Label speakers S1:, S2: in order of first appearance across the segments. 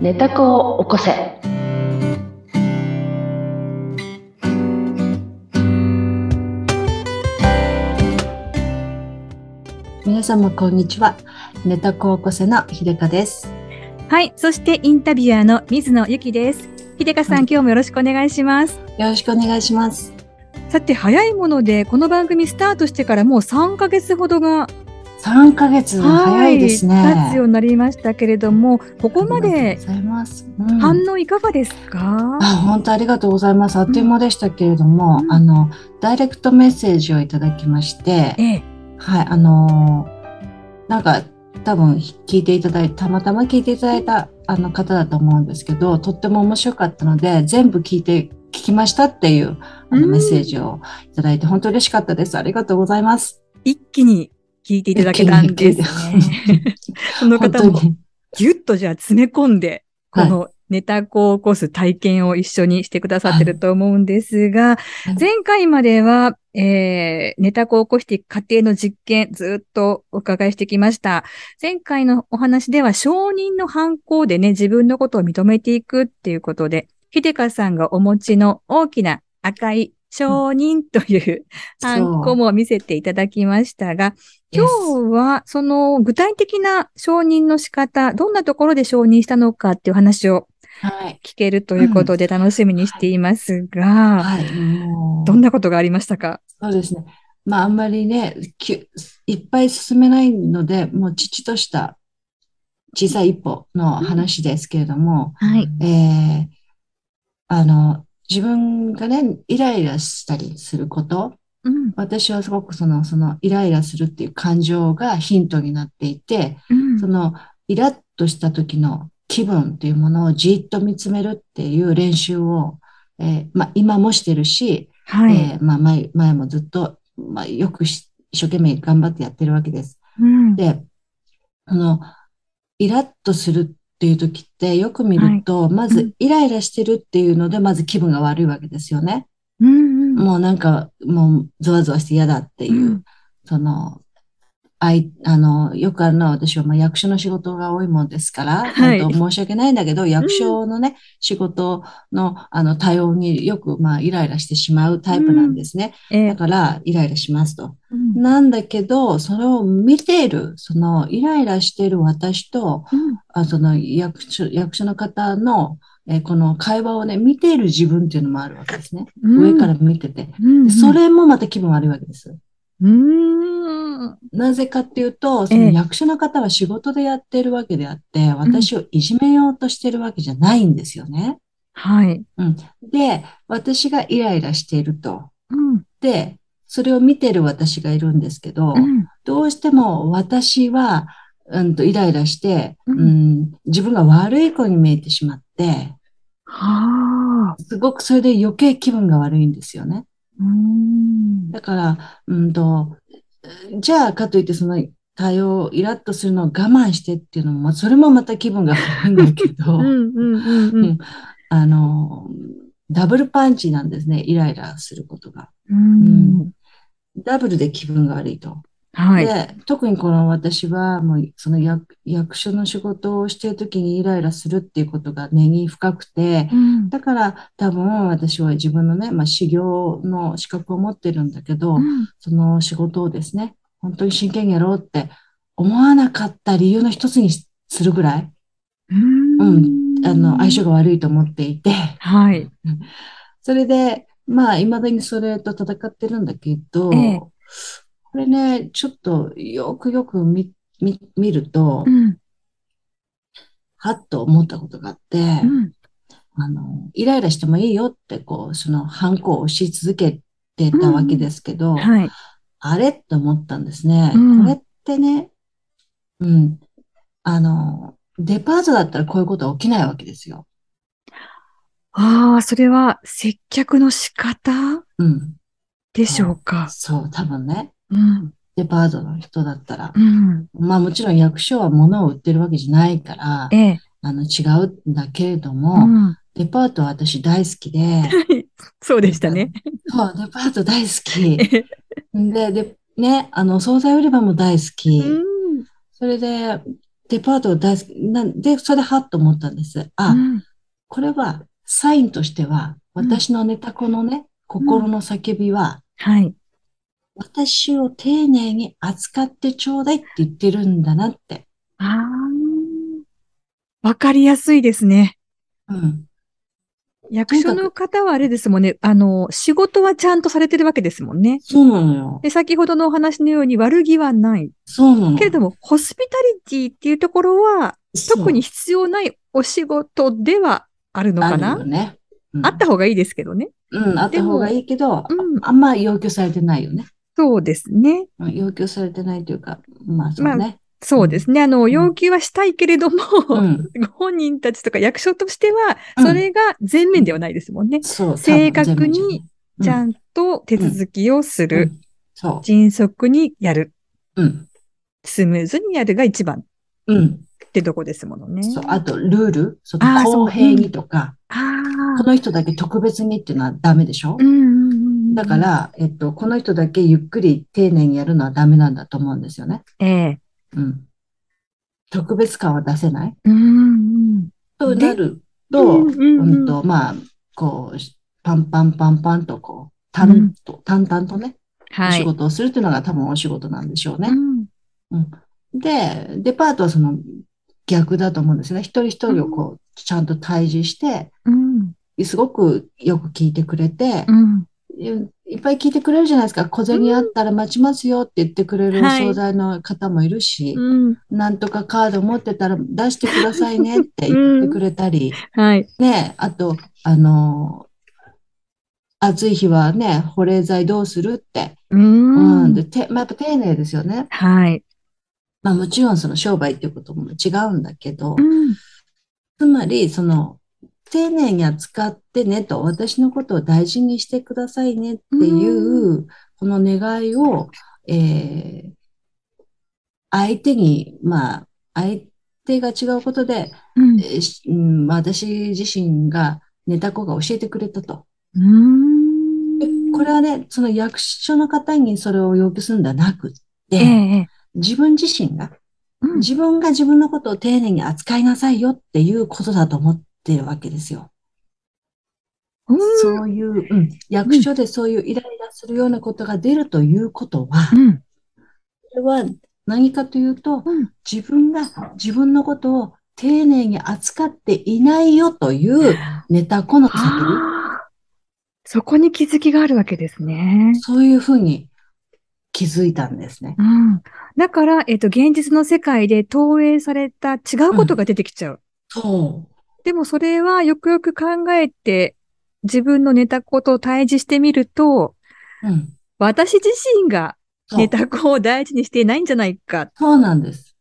S1: 寝た子を起こせ。
S2: 皆様こんにちは。ネタ高校生の秀香です。
S3: はい、そしてインタビュアーの水野ゆきです。秀香さん、
S2: はい
S3: 今日もよろしくお願いします。
S2: よろしくお願いします。
S3: さて、早いもので、この番組スタートしてからもう3ヶ月ほどが、
S2: 3ヶ月早いですね。
S3: はい経つようになりましたけれども、ここま
S2: ありが
S3: で
S2: とうございます。うん
S3: 反応いかがですか、
S2: あ本当ありがとうございます。あっという間でしたけれども、
S3: うん
S2: あのダイレクトメッセージをいただきまして、
S3: ええ。
S2: はい、あのーなんか多分聞いていただいたまたま聞いていただいたあの方だと思うんですけどとっても面白かったので全部聞いて聞きましたっていうあの
S3: うん
S2: メッセージをいただいて本当嬉しかったですありがとうございます
S3: 一気に聞いていただけたんですね。 その
S2: 本
S3: 方
S2: 当
S3: も
S2: に
S3: ぎゅっとじゃあ詰め込んで、こ
S2: はい
S3: のネタ子を起こす体験を一緒にしてくださってると思うんですが、
S2: い
S3: 前回までは、えー、ネタ子を起こしていく過程の実験、ずっとお伺いしてきました。前回のお話では、承認の反抗でね、自分のことを認めていくっていうことで、ひでかさんがお持ちの大きな赤い承認という
S2: うん
S3: ハンコも見せていただきましたが、
S2: Yes
S3: 今日はその具体的な承認の仕方、どんなところで承認したのかっていう話を
S2: はい
S3: 聞けるということで楽しみにしていますが、
S2: はいもう
S3: どんなことがありましたか
S2: そうですねまああんまりねきゅいっぱい進めないのでもう父とした小さい一歩の話ですけれども、
S3: はい。
S2: えーあの、自分がね、イライラしたりすること、
S3: うん。
S2: 私はすごくその、その、イライラするっていう感情がヒントになっていて、
S3: うん
S2: その、イラッとした時の気分というものをじっと見つめるっていう練習を、えーまあ、今もしてるし、
S3: はい。
S2: えーまあ、前、前もずっと、まあ、よくし一生懸命頑張ってやってるわけです。
S3: うん
S2: で、あの、イラッとするっていう時って、よく見ると、ま
S3: う
S2: ず
S3: ん
S2: イライラしてるっていうので、まず気分が悪いわけですよね。
S3: うんうん
S2: もうなんか、もうゾワゾワして嫌だっていうう、
S3: ん
S2: その、あい、あの、よくあるのは私はまあ役所の仕事が多いもんですから、
S3: はい
S2: 本当申し訳ないんだけど、役所のね、仕事のあの対応によくまあイライラしてしまうタイプなんですね。
S3: ええ
S2: だから、イライラしますと。
S3: うん
S2: なんだけど、それを見ている、そのイライラしている私と、
S3: うん
S2: あその役所、役所の方の、えーこの会話をね、見ている自分っていうのもあるわけですね。
S3: うん
S2: 上から見てて。
S3: うんうん
S2: それもまた気分悪いわけです。
S3: うん
S2: なぜかっていうと、その
S3: ええ
S2: 役所の方は仕事でやってるわけであって、私をいじめようとしてるわけじゃないんですよね。
S3: はい。
S2: で、私がイライラしていると。
S3: うん
S2: で、それを見てる私がいるんですけど、
S3: うん
S2: どうしても私は、うんと、イライラして、
S3: うん
S2: うん、自分が悪い子に見えてしまって、
S3: はあ。
S2: すごくそれで余計気分が悪いんですよね。
S3: うん
S2: だから、うんと、じゃあかといってその対応、イラッとするのを我慢してっていうのも、まあそれもまた気分が悪いんだけど
S3: う、んうんうんうん
S2: あの、ダブルパンチなんですね、イライラすることが。
S3: うん
S2: ダブルで気分が悪いと。
S3: はい。
S2: で、特にこの私は、もうその役、役所の仕事をしているときにイライラするっていうことが根に深くて、
S3: うん
S2: だから多分私は自分のね、まあ、修行の資格を持ってるんだけど、
S3: うん
S2: その仕事をですね、本当に真剣にやろうって思わなかった理由の一つにするぐらい、
S3: うん
S2: あの、相性が悪いと思っていて、
S3: はい。
S2: それで、まあ、いまだにそれと戦ってるんだけど、
S3: ええ
S2: これね、ちょっとよくよく見、見、見ると、
S3: うん
S2: はっと思ったことがあって、
S3: うん
S2: あの、イライラしてもいいよって、こう、その、ハンコを押し続けてたわけですけど、
S3: はい。
S2: あれって思ったんですね。
S3: うん
S2: これってね、うん、あの、デパートだったらこういうことは起きないわけですよ。
S3: ああ、それは接客の仕方
S2: うん、
S3: でしょうか。
S2: そう、多分ね、
S3: うん。
S2: デパートの人だったら
S3: う。ん。
S2: まあもちろん役所は物を売ってるわけじゃないから、
S3: ええ。
S2: あの違うんだけれど
S3: う
S2: も、
S3: ん。
S2: デパートは私大好き で、
S3: そうでしたね。
S2: そう、デパート大好き。
S3: え え
S2: で、で、ね、あの、惣菜売り場も大好き。
S3: うん。
S2: それで、デパートを大好きなんで、それではっと思ったんです。あ、
S3: うん
S2: これはサインとしては、
S3: うん
S2: 私のネタ子のね、心の叫びは、
S3: はい。
S2: 私を丁寧に扱ってちょうだいって言ってるんだなって。
S3: ああ。わかりやすいですね。
S2: うん。
S3: 役所の方はあれですもんね。あの、仕事はちゃんとされてるわけですもんね。
S2: そうなのよ。
S3: で、先ほどのお話のように悪気はない。
S2: そうなの。
S3: けれども、ホスピタリティっていうところは、
S2: そう
S3: 特に必要ないお仕事ではあるのか
S2: ある
S3: な
S2: よね。うん
S3: あった方がいいですけどね。
S2: うん、あった方がいいけど、
S3: うん。
S2: あんま要求されてないよね。
S3: そうですね。
S2: うん要求されてないというか、まあそうね。
S3: そうですね。あの、要求はしたいけれども、
S2: うん。
S3: ご本人たちとか役所としては、
S2: うん
S3: それが全面ではないですもんね。
S2: そう。
S3: 正確に
S2: 多分全部じゃない
S3: ちゃんと手続きをす
S2: うんう
S3: る。
S2: んそ
S3: 迅速にやる。
S2: う。うん。
S3: スムーズにやるが一番
S2: うん。
S3: ってとこですものね。
S2: そう。あと、ルール、その
S3: あーそう
S2: 公平にとか、
S3: あ
S2: この人だけ特別にっていうのはダメでしょ
S3: ー。うんうんうん。
S2: だか、ら、えっと、この人だけゆっくり丁寧にやるのはダメなんだと思うんですよね。
S3: ええ。
S2: うん。特別感は出せない
S3: うんうん。
S2: と
S3: で
S2: なると、
S3: うんうんうん
S2: うんと、まあ、こう、パンパンパンパンとこう、淡々と、淡々とね、お
S3: は
S2: 仕
S3: い。
S2: 事をするっていうのが多分お仕事なんでしょう
S3: う
S2: ね。
S3: ん
S2: うん。で、デパートはその逆だと思うんですよね。一人一人をこう、ちゃんと対峙して、
S3: うん
S2: すごくよく聞いてくれて
S3: う、ん
S2: いいっぱい聞いてくれるじゃないですか。小銭あったら待ちますよって言ってくれるお
S3: はい
S2: 惣菜の方もいるし、
S3: うん
S2: なんとかカード持ってたら出してくださいね って言ってくれたり、
S3: はい。
S2: ね、あと、あのー暑い日はね、保冷剤どうするって。う
S3: う
S2: ん。
S3: ん
S2: で、て、まあ、やっぱ丁寧ですよね。
S3: はい。
S2: まあ、もちろんその商売っていうことも違うんだけど
S3: う、ん
S2: つまり、その、丁寧に扱ってねと、私のことを大事にしてくださいねっていう、この願いを、えー相手に、まあ、相手が違うことで、
S3: うん
S2: えーしうん、私自身が、ネタ子が教えてくれたと。で
S3: うん
S2: これはね、その役所の方にそれを要求するんではなくっ
S3: え
S2: て、
S3: え。
S2: 自分自身が、
S3: うん
S2: 自分が自分のことを丁寧に扱いなさいよっていうことだと思ってるわけですよ。
S3: うん
S2: そういう、うん、役所でそういうイライラするようなことが出るということは、
S3: うん
S2: それは何かというと、
S3: うん
S2: 自分が自分のことを丁寧に扱っていないよというネタこの叫
S3: あーそこに気づきがあるわけですね
S2: び、。そういうふうに気づいたんですね。
S3: うん。だから、えっ、と、現実の世界で投影された違うことが出てきちゃう。
S2: そ
S3: でもそれはよくよく考えて、自分のネタ子と対峙してみると、
S2: う。うん。
S3: 私自身が
S2: そう
S3: ネタ子を大事にしていないんじゃないかっ
S2: そうなんです。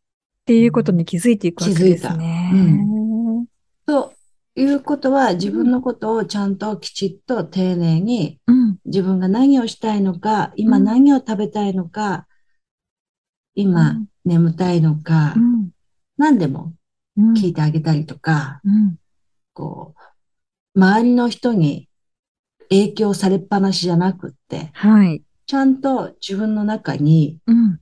S3: ていうことに気づいていくわけですね。
S2: 気づいたということは、自分のことをちゃんときちっと丁寧に、
S3: うん。
S2: 自分が何をしたいのか、今
S3: うん
S2: 何を食べたいのか、今
S3: うん
S2: 眠たいのか、
S3: うん。
S2: 何でも
S3: うん。
S2: 聞いてあげたりとか、
S3: うん。
S2: こう、周りの人に影響されっぱなしじゃなくって、
S3: はい。
S2: ちゃんと自分の中に
S3: うん。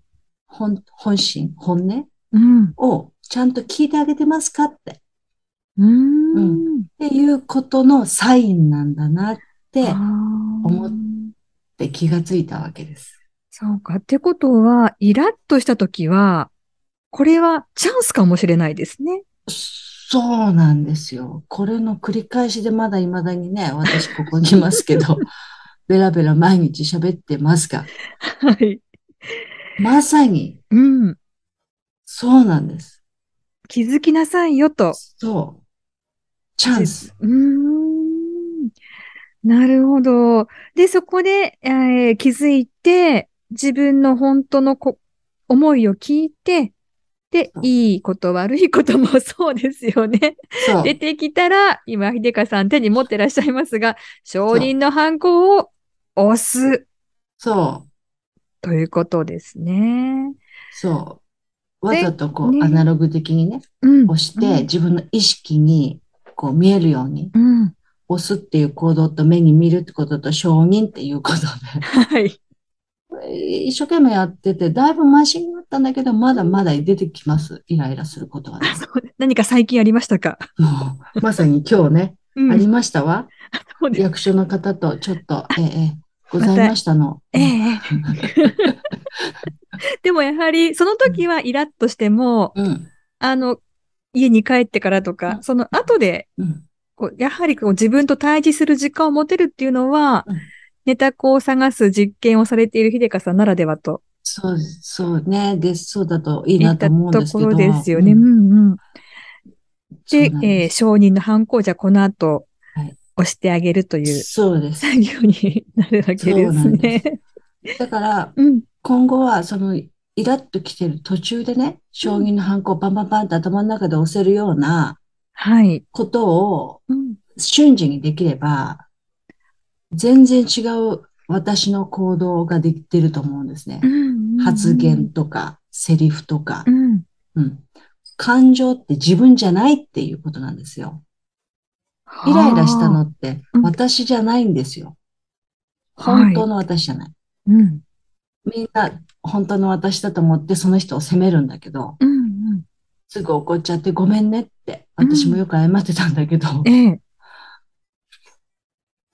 S2: 本、本心、本音
S3: うん。
S2: をちゃんと聞いてあげてますかって、
S3: うー
S2: っ
S3: ん。
S2: ていうことのサインなんだなって、っ
S3: 思
S2: 思て気がついたわけです。
S3: そうか。ってことは、イラッとしたときは、これはチャンスかもしれないですね。
S2: そうなんですよ。これの繰り返しでまだ未だにね、私ここにいますけ ど、ベラベラ毎日喋ってますが、
S3: はい。
S2: まさに
S3: うん。
S2: そうなんです。
S3: 気づきなさいよと。
S2: そう。チャンス。
S3: うーん。なるほど。で、そこで、えー気づいて、自分の本当のこ思いを聞いて、で
S2: そ、う
S3: いいこと悪いこともそうですよね。
S2: そう。
S3: 出てきたら、今、秀香さん手に持ってらっしゃいますが、証人の犯行を押す。
S2: そう。
S3: ということですね。
S2: そう。わ
S3: で
S2: ざとこう、
S3: ね
S2: アナログ的にね、
S3: うん
S2: 押し
S3: うん
S2: て、自分の意識に、こう見えるように、
S3: うん。
S2: 押すっていう行動と目に見るってことと、承認っていうことで、
S3: はい。
S2: 一生懸命やってて、だいぶマシになったんだけど、まだまだ出てきます。イライラすることはね。
S3: 何か最近ありましたか、
S2: もうまさに今日ね、
S3: うん
S2: ありましたわ。
S3: そうです
S2: 役所の方とちょっと、ええええ、ございましたの。
S3: ええ でもやはり、その時はイラッとしても、
S2: うん。
S3: あの、家に帰ってからとか、その後で、
S2: うん。
S3: こうやはりこう自分と対峙する時間を持てるっていうのは
S2: うん、
S3: ネタ子を探す実験をされている秀香さんならではと
S2: そう、そうね。で、そうだといい
S3: い
S2: な
S3: っ
S2: と
S3: た
S2: 思うん
S3: と
S2: ですけ
S3: こ
S2: ど。
S3: ろですよね。
S2: う
S3: うんんうん。
S2: そう
S3: で
S2: なん、
S3: え
S2: で
S3: ー、証人の犯行じゃこの後
S2: はい、
S3: 押してあげるという
S2: すそうです。
S3: 作業になるわけ
S2: そう
S3: で
S2: な
S3: す
S2: んです
S3: ね。
S2: だから、
S3: うん。
S2: 今後は、その、イラッと来てる途中でね、将棋のハンコをバンバンバンって頭の中で押せるような
S3: はい。
S2: ことを
S3: うん
S2: 瞬時にできれば、全然違う私の行動ができてると思うんですね
S3: う。ん
S2: 発言。とか、セリフとか
S3: う、ん。
S2: うん。感情って自分じゃないっていうことなんですよ。イライラしたのって
S3: うん
S2: 私じゃないんですよ。
S3: はい
S2: 本当の私じゃない。
S3: うん。
S2: みんな本当の私だと思ってその人を責めるんだけど、
S3: うんうん。
S2: すぐ怒っちゃってごめんねって、
S3: うん
S2: 私もよく謝ってたんだけど、
S3: ええ。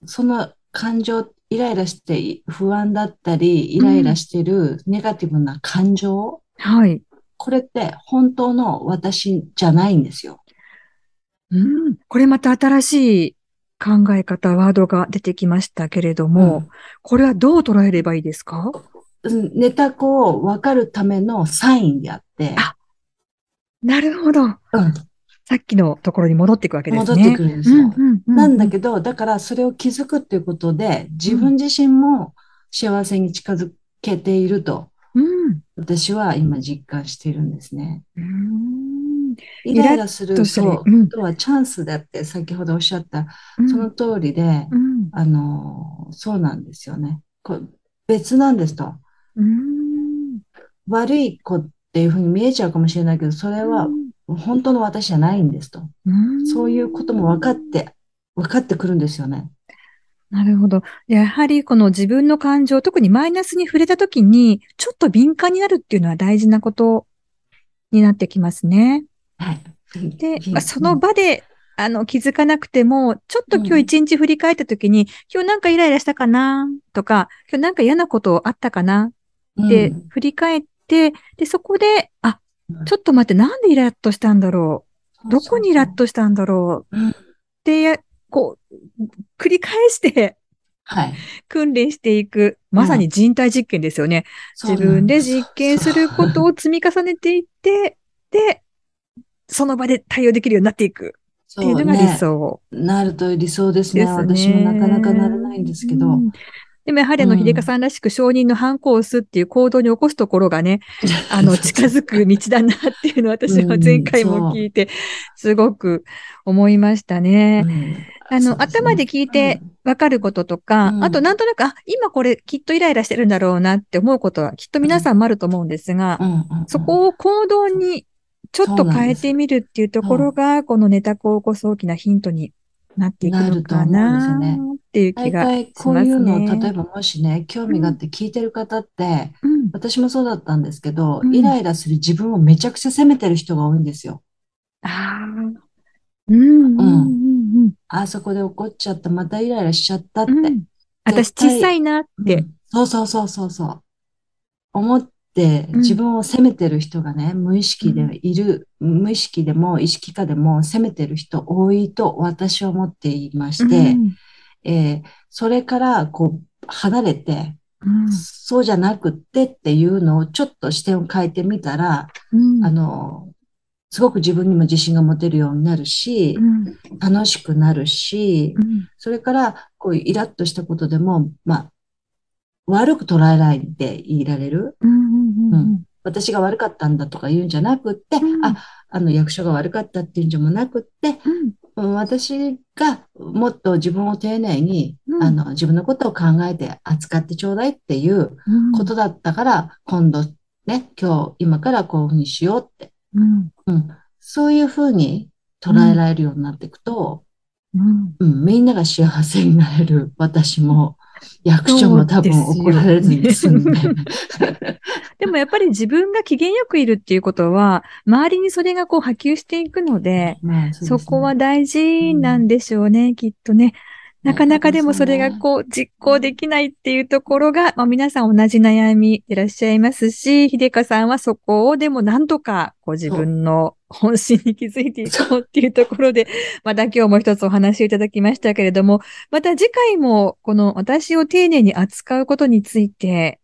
S2: その感情、イライラして不安だったり、イライラしてるネガティブな感情、
S3: はい。
S2: これって本当の私じゃないんですよ。
S3: うん。これまた新しい考え方、ワードが出てきましたけれども、これはどう捉えればいいですか
S2: うんネタ子を分かるためのサインであって、
S3: あなるほど。
S2: うん
S3: さっきのところに戻っていくわけですね。
S2: 戻ってくるんですよ。な
S3: なん
S2: だけど、だからそれを気づくっていうことで、自分自身も幸せに近づけていると、
S3: うん。
S2: 私は今実感しているんですね。
S3: うん。
S2: イライラする
S3: としたり
S2: そう
S3: うん
S2: とはチャンスだって先ほどおっしゃった、
S3: うん
S2: その通りで、
S3: うん。
S2: あの、そうなんですよね。こう別なんですと。
S3: うん。
S2: 悪い子っていうふうに見えちゃうかもしれないけど、それは本当の私じゃないんですと。
S3: うん、
S2: そういうことも分かって、分かってくるんですよね。
S3: なるほど。やはりこの自分の感情、特にマイナスに触れたときに、ちょっと敏感になるっていうのは大事なことになってきますね。
S2: はい。
S3: で、
S2: うん
S3: まあその場で、あの、気づかなくても、ちょっと今日一日振り返ったときに、今日なんかイライラしたかなとか、今日なんか嫌なことあったかなって
S2: うん
S3: 振り返って、で、そこで、あ
S2: うん、
S3: ちょっと待って、なんでイラッとしたんだろうどこにイラッとしたんだろう
S2: うん
S3: ってや、こう、繰り返して、
S2: はい。
S3: 訓練していく、まさに人体実験ですよね。
S2: そう
S3: 自
S2: な
S3: 分
S2: ん
S3: です実験することを積み重ねていって、で、その場で対応できるようになっていくっていうのが理
S2: そうね
S3: 想
S2: なると理想ですね。
S3: ですね。
S2: 私もなかなかなれないんですけど。
S3: うんでもやはりあ
S2: う
S3: の、
S2: ん
S3: 秀香さんらしく承認の反抗を押すっていう行動に起こすところがね、あの、近づく道だなっていうのを私は前回も聞いて、すごく思いましたね。
S2: うん
S3: あ
S2: そう
S3: の、
S2: ですね
S3: 頭で聞いて、
S2: うん
S3: わかることとか、
S2: うん
S3: あとなんとなく、あ、今これきっとイライラしてるんだろうなって思うことはきっと皆さんもあると思うんですが、
S2: うんうんうん
S3: そこを行動にちょっと変えてみるっていうところが、このネタ子を起こす大きなヒントになっていくのかな
S2: なると思
S3: ーっていう
S2: 大
S3: 気が
S2: 体
S3: し
S2: こ
S3: ま
S2: うい
S3: す
S2: うのを、例え
S3: ね。
S2: ばもしね、興味があって聞いてる方って、
S3: うん
S2: 私もそうだったんですけど
S3: う、ん
S2: イライラする自分をめちゃくちゃ責めてる人が多いんですよ。
S3: あーうんうんうん
S2: あそこで怒っちゃった、またイライラしちゃったっ
S3: う
S2: て。
S3: んうん私小さいなっ
S2: う
S3: て。
S2: んそうそうそうそうそう。思って
S3: ん
S2: 自分を責めてる人がね、無意識でいる、無意識でも意識下でも責めてる人多いと私は思っていまして、
S3: うん
S2: えーそれからこう離れて、
S3: うん
S2: そうじゃなくってっていうのをちょっと視点を変えてみたら、
S3: うん
S2: あの、すごく自分にも自信が持てるようになるし
S3: う、ん
S2: 楽しくなるし
S3: う、ん
S2: それから、こういうイラッとしたことでも、まあ、悪く捉えないでいられる。
S3: うんうんうん
S2: 私が悪かったんだとか言うんじゃなくって、
S3: うん
S2: あ、あの役所が悪かったっていうんじゃもなくって、
S3: うん
S2: うん私がもっと自分を丁寧に、
S3: うん
S2: あの自分のことを考えて扱ってちょうだいっていう
S3: うん
S2: ことだったから、今度ね、今日、今からこういうふうにしようって、
S3: うん
S2: うん、そういうふうに捉えられるようになっていくと、
S3: うん
S2: うん、みんなが幸せになれる、私も。役所も多分怒られずに済ん で。
S3: でもやっぱり自分が機嫌よくいるっていうことは、周りにそれがこう波及していくので、
S2: まあ
S3: そこは
S2: ね、
S3: 大事なんでしょうね、きっとね。なかなかでもそれがこう実行できないっていうところが、まあ皆さん同じ悩みでいらっしゃいますし、秀香さんはそこをでもなんとかこう自分の本心に気づいていこうっていうところで、また今日も一つお話をいただきましたけれども、また次回もこの私を丁寧に扱うことについて、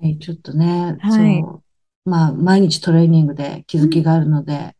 S2: はいちょっとね、
S3: はい
S2: そう、まあ、毎日トレーニングで気づきがあるので、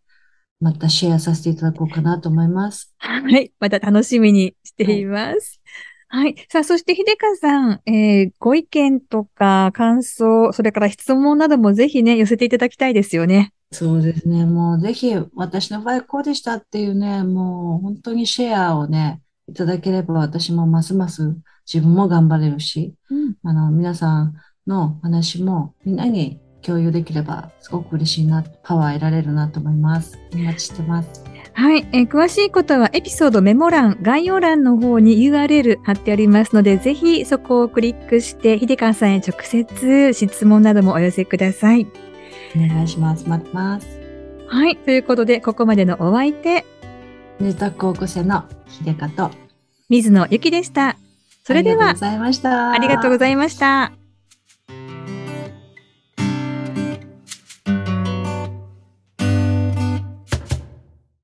S2: またシェアさせていただこうかなと思います。
S3: はい。また楽しみにしています。はい。さあ、そして、ひでかさん、えーご意見とか感想、それから質問などもぜひね、寄せていただきたいですよね。
S2: そうですね。もうぜひ私の場合こうでしたっていうね、もう本当にシェアをね、いただければ私もますます自分も頑張れるし、あの皆さんのお話もみんなに共有できればすごく嬉しいな、パワー得られるなと思います。お待ちしてます。
S3: はい、えー詳しいことはエピソードメモ欄、概要欄の方に URL 貼ってありますので、ぜひそこをクリックして、ひでかさんへ直接質問などもお寄せください。
S2: お願いします。待ってます。
S3: はい。ということで、ここまでのお相手、
S2: ネタ高校生の秀香と、
S3: 水野ゆきでした。それで
S2: ありがとう
S3: は
S2: ご、ざいました。
S3: ありがとうございました。